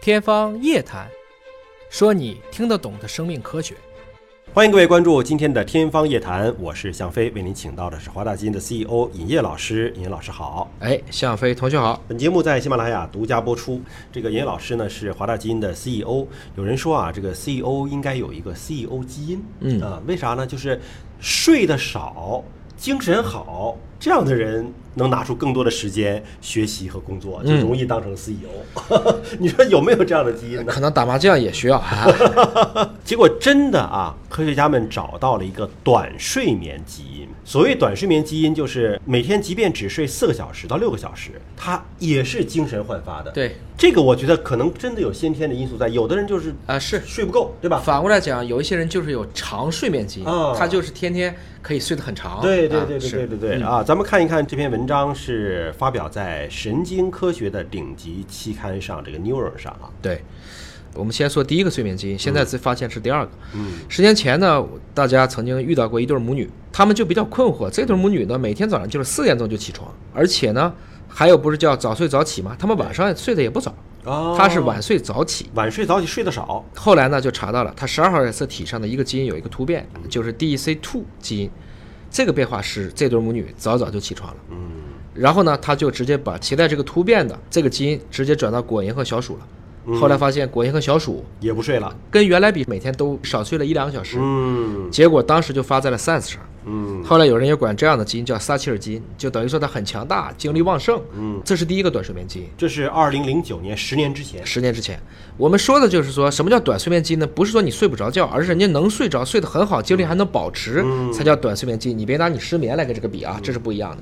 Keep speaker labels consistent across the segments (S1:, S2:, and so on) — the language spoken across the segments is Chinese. S1: 天方夜谭，说你听得懂的生命科学。
S2: 欢迎各位关注今天的《天方夜谭》，我是向飞，为您请到的是华大基因的 CEO 尹烨老师。尹烨老师好，
S3: 哎，向飞同学好。
S2: 本节目在喜马拉雅独家播出。这个尹烨老师呢是华大基因的 CEO。有人说啊，这个 CEO 应该有一个 CEO 基因，
S3: 嗯
S2: 啊、为啥呢？就是睡得少，精神好，这样的人能拿出更多的时间学习和工作，就容易当成 CEO。你 说有没有这样的基因呢？
S3: 可能打麻将也需要啊。
S2: 结果真的啊，科学家们找到了一个短睡眠基因。所谓短睡眠基因，就是每天即便只睡四个小时到六个小时，它也是精神焕发 的。，
S3: 对，
S2: 这个我觉得可能真的有先天的因素在，有的人就是
S3: 啊、是。
S2: 睡不够，对吧？
S3: 反过来讲，有一些人就是有长睡眠基因，
S2: 啊
S3: 他就是天天可以睡得很长。
S2: 对对
S3: 啊
S2: 对对
S3: 是
S2: 对对对啊！咱们看一看这篇文章是发表在《神经科学》的顶级期刊上，这个《Neuron》上啊。
S3: 对，我们先说第一个睡眠基因，现在才发现是第二个。
S2: 嗯
S3: 十年前呢，大家曾经遇到过一对母女，她们就比较困惑。这对母女呢，每天早上就是四点钟就起床，而且呢，还有不是叫早睡早起吗？她们晚上睡得也不早，
S2: 哦
S3: 她是晚睡早起。
S2: 晚睡早起，睡得少。
S3: 后来呢，就查到了它十二号染色体上的一个基因有一个突变，就是 DEC2 基因。这个变化使这对母女早早就起床了。
S2: 嗯
S3: 然后呢，它就直接把携带这个突变的这个基因直接转到果蝇和小鼠
S2: 嗯
S3: 了。后来发现果蝇和小鼠
S2: 也不睡了。
S3: 跟原来比，每天都少睡了一两个小时。
S2: 嗯
S3: 结果当时就发在了 Science 上。
S2: 嗯
S3: 后来有人也管这样的基因叫撒切尔基因，就等于说它很强大，精力旺盛。
S2: 嗯，
S3: 这是第一个短睡眠基因。
S2: 这是二零零九年，十年之前。
S3: 十年之前，我们说的就是说什么叫短睡眠基因呢？不是说你睡不着觉，而是人家能睡着，睡得很好，精力还能保持，才叫短睡眠基因。你别拿你失眠来跟这个比啊，这是不一样的。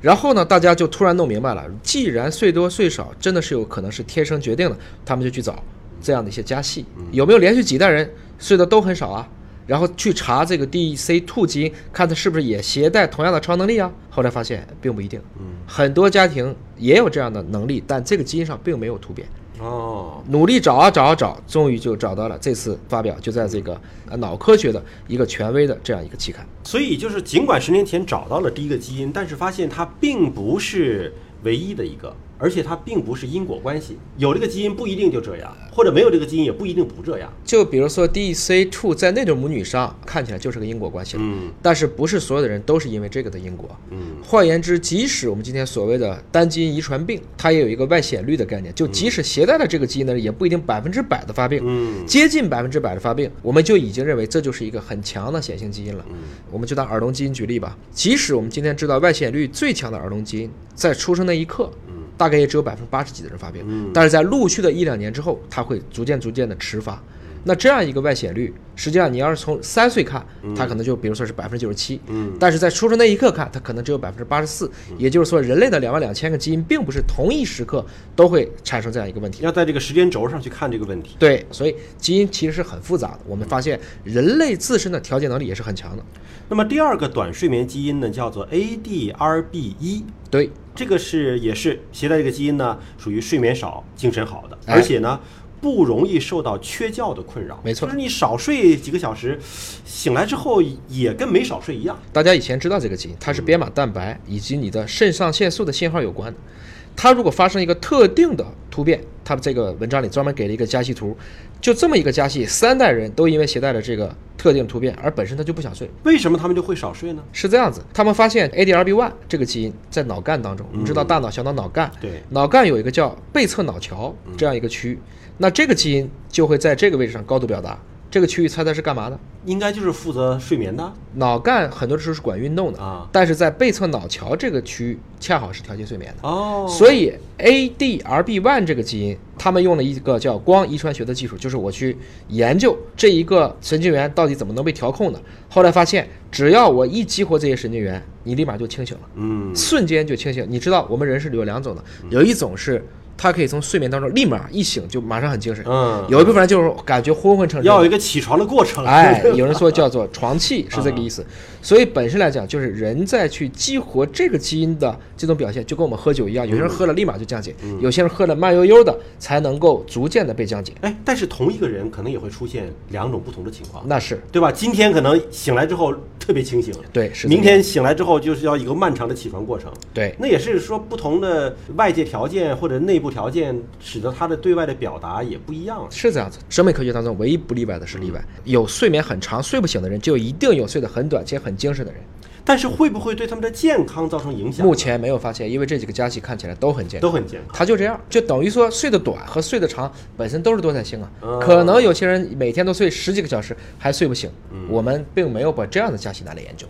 S3: 然后呢，大家就突然弄明白了，既然睡多睡少真的是有可能是天生决定的，他们就去找这样的一些家系，有没有连续几代人睡得都很少啊？然后去查这个 DEC2 基因，看它是不是也携带同样的超能力啊？后来发现并不一定，很多家庭也有这样的能力，但这个基因上并没有突变。
S2: 哦，
S3: 努力找啊找啊找，终于就找到了。这次发表就在这个呃脑科学的一个权威的这样一个期刊。
S2: 所以就是尽管十年前找到了第一个基因，但是发现它并不是唯一的一个，而且它并不是因果关系。有这个基因不一定就这样，或者没有这个基因也不一定不这样。
S3: 就比如说 DEC2 在那对母女上看起来就是个因果关系了，
S2: 嗯
S3: 但是不是所有的人都是因为这个的因果。
S2: 嗯
S3: 换言之，即使我们今天所谓的单基因遗传病，它也有一个外显率的概念，就即使携带了这个基因的人，也不一定百分之百的发病。
S2: 嗯
S3: 接近百分之百的发病，我们就已经认为这就是一个很强的显性基因了。
S2: 嗯
S3: 我们就当耳聋基因举例吧。即使我们今天知道外显率最强的耳聋基因，在出生那一刻，
S2: 嗯
S3: 大概也只有百分之八十几的人发病，
S2: 嗯
S3: 但是在陆续的一两年之后，它会逐渐逐渐的迟发。
S2: 嗯
S3: 那这样一个外显率，实际上你要是从三岁看，它可能就比如说是百分之九十七，
S2: 嗯
S3: 但是在出生那一刻看，它可能只有百分之八十四。也就是说，人类的两万两千个基因，并不是同一时刻都会产生这样一个问题。
S2: 要在这个时间轴上去看这个问题。
S3: 对，所以基因其实是很复杂的。我们发现人类自身的调节能力也是很强的。
S2: 那么第二个短睡眠基因呢，叫做 ADRB 一。
S3: 对，
S2: 这个是也是携带这个基因呢，属于睡眠少、精神好的，
S3: 哎
S2: 而且呢。不容易受到缺觉的困扰，
S3: 没错
S2: 就是你少睡几个小时，醒来之后也跟没少睡一样。
S3: 大家以前知道这个基因，它是编码蛋白以及你的肾上腺素的信号有关的。它如果发生一个特定的突变，它这个文章里专门给了一个家系图，就这么一个家系，三代人都因为携带了这个特定突变，而本身他就不想睡。
S2: 为什么他们就会少睡呢？
S3: 是这样子，他们发现 ADRB1 这个基因在脑干当中，我们知道大脑、小脑、脑干，
S2: 对
S3: 脑干有一个叫背侧脑桥
S2: 嗯
S3: 这样一个区域，那这个基因就会在这个位置上高度表达。这个区域猜猜是干嘛的？
S2: 应该就是负责睡眠的
S3: 脑干很多时候是管运动的
S2: 啊
S3: 但是在背侧脑桥这个区域恰好是调节睡眠的。
S2: 哦
S3: 所以 ADRB1 这个基因，他们用了一个叫光遗传学的技术，就是我去研究这一个神经元到底怎么能被调控的。后来发现，只要我一激活这些神经元，你立马就清醒了，
S2: 嗯
S3: 瞬间就清醒。你知道我们人是有两种的，有一种是他可以从睡眠当中立马一醒就马上很精神，
S2: 嗯，
S3: 有一部分人就是感觉昏昏沉沉的，
S2: 要有一个起床的过程。
S3: 哎，有人说叫做床气，是这个意思。
S2: 嗯
S3: 所以本身来讲，就是人在去激活这个基因的这种表现，就跟我们喝酒一
S2: 嗯
S3: 样，有些人喝了立马就降解，有些人喝了慢悠悠的，才能够逐渐的被降解。
S2: 哎，但是同一个人可能也会出现两种不同的情况，
S3: 那是
S2: 对吧？今天可能醒来之后特别清醒。
S3: 对，是这
S2: 明
S3: 样
S2: 天醒来之后就是要一个漫长的起床过程。
S3: 对
S2: 那也是说不同的外界条件或者内部条件，使得他的对外的表达也不一样。
S3: 是这样子。生命科学当中唯一不例外的是例外，
S2: 嗯
S3: 有睡眠很长睡不醒的人，就一定有睡得很短且很精神的人。
S2: 但是会不会对他们的健康造成影响呢？
S3: 目前没有发现，因为这几个加起看起来都很健康。
S2: 都很健康。
S3: 他就这样，就等于说睡得短和睡得长本身都是多态性啊
S2: 嗯。
S3: 可能有些人每天都睡十几个小时还睡不醒，
S2: 嗯
S3: 我们并没有把这样的加息拿来研究。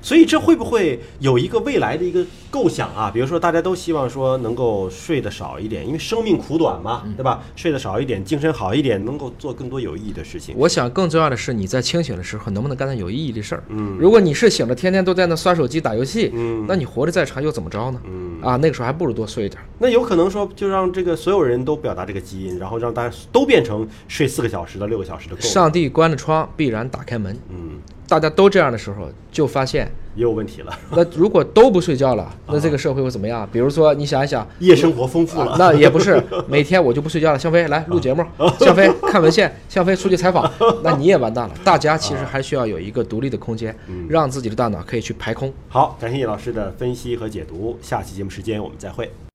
S2: 所以这会不会有一个未来的一个构想啊？比如说大家都希望说能够睡得少一点，因为生命苦短嘛，对吧？睡得少一点，精神好一点，能够做更多有意义的事情。
S3: 我想更重要的是你在清醒的时候能不能干点有意义的事儿。嗯，如果你是醒着天天都在那刷手机打游戏，
S2: 嗯
S3: 那你活得再长又怎么着呢？
S2: 嗯
S3: 啊，那个时候还不如多睡一点儿。
S2: 那有可能说，就让这个所有人都表达这个基因，然后让大家都变成睡四个小时到六个小时的够了。
S3: 上帝关了窗，必然打开门。
S2: 嗯，
S3: 大家都这样的时候，就发现，
S2: 也有问题了，
S3: 那如果都不睡觉了，那
S2: 啊
S3: 这个社会会怎么样？比如说，你想一想，
S2: 夜生活丰富
S3: 啊
S2: 了。
S3: 那也不是每天我就不睡觉了。向飞来录节目，向飞看文献，向飞出去采访，那你也完蛋了。大家其实还需要有一个独立的空间，让自己的大脑可以去排空。
S2: 好，感谢叶老师的分析和解读，下期节目时间我们再会。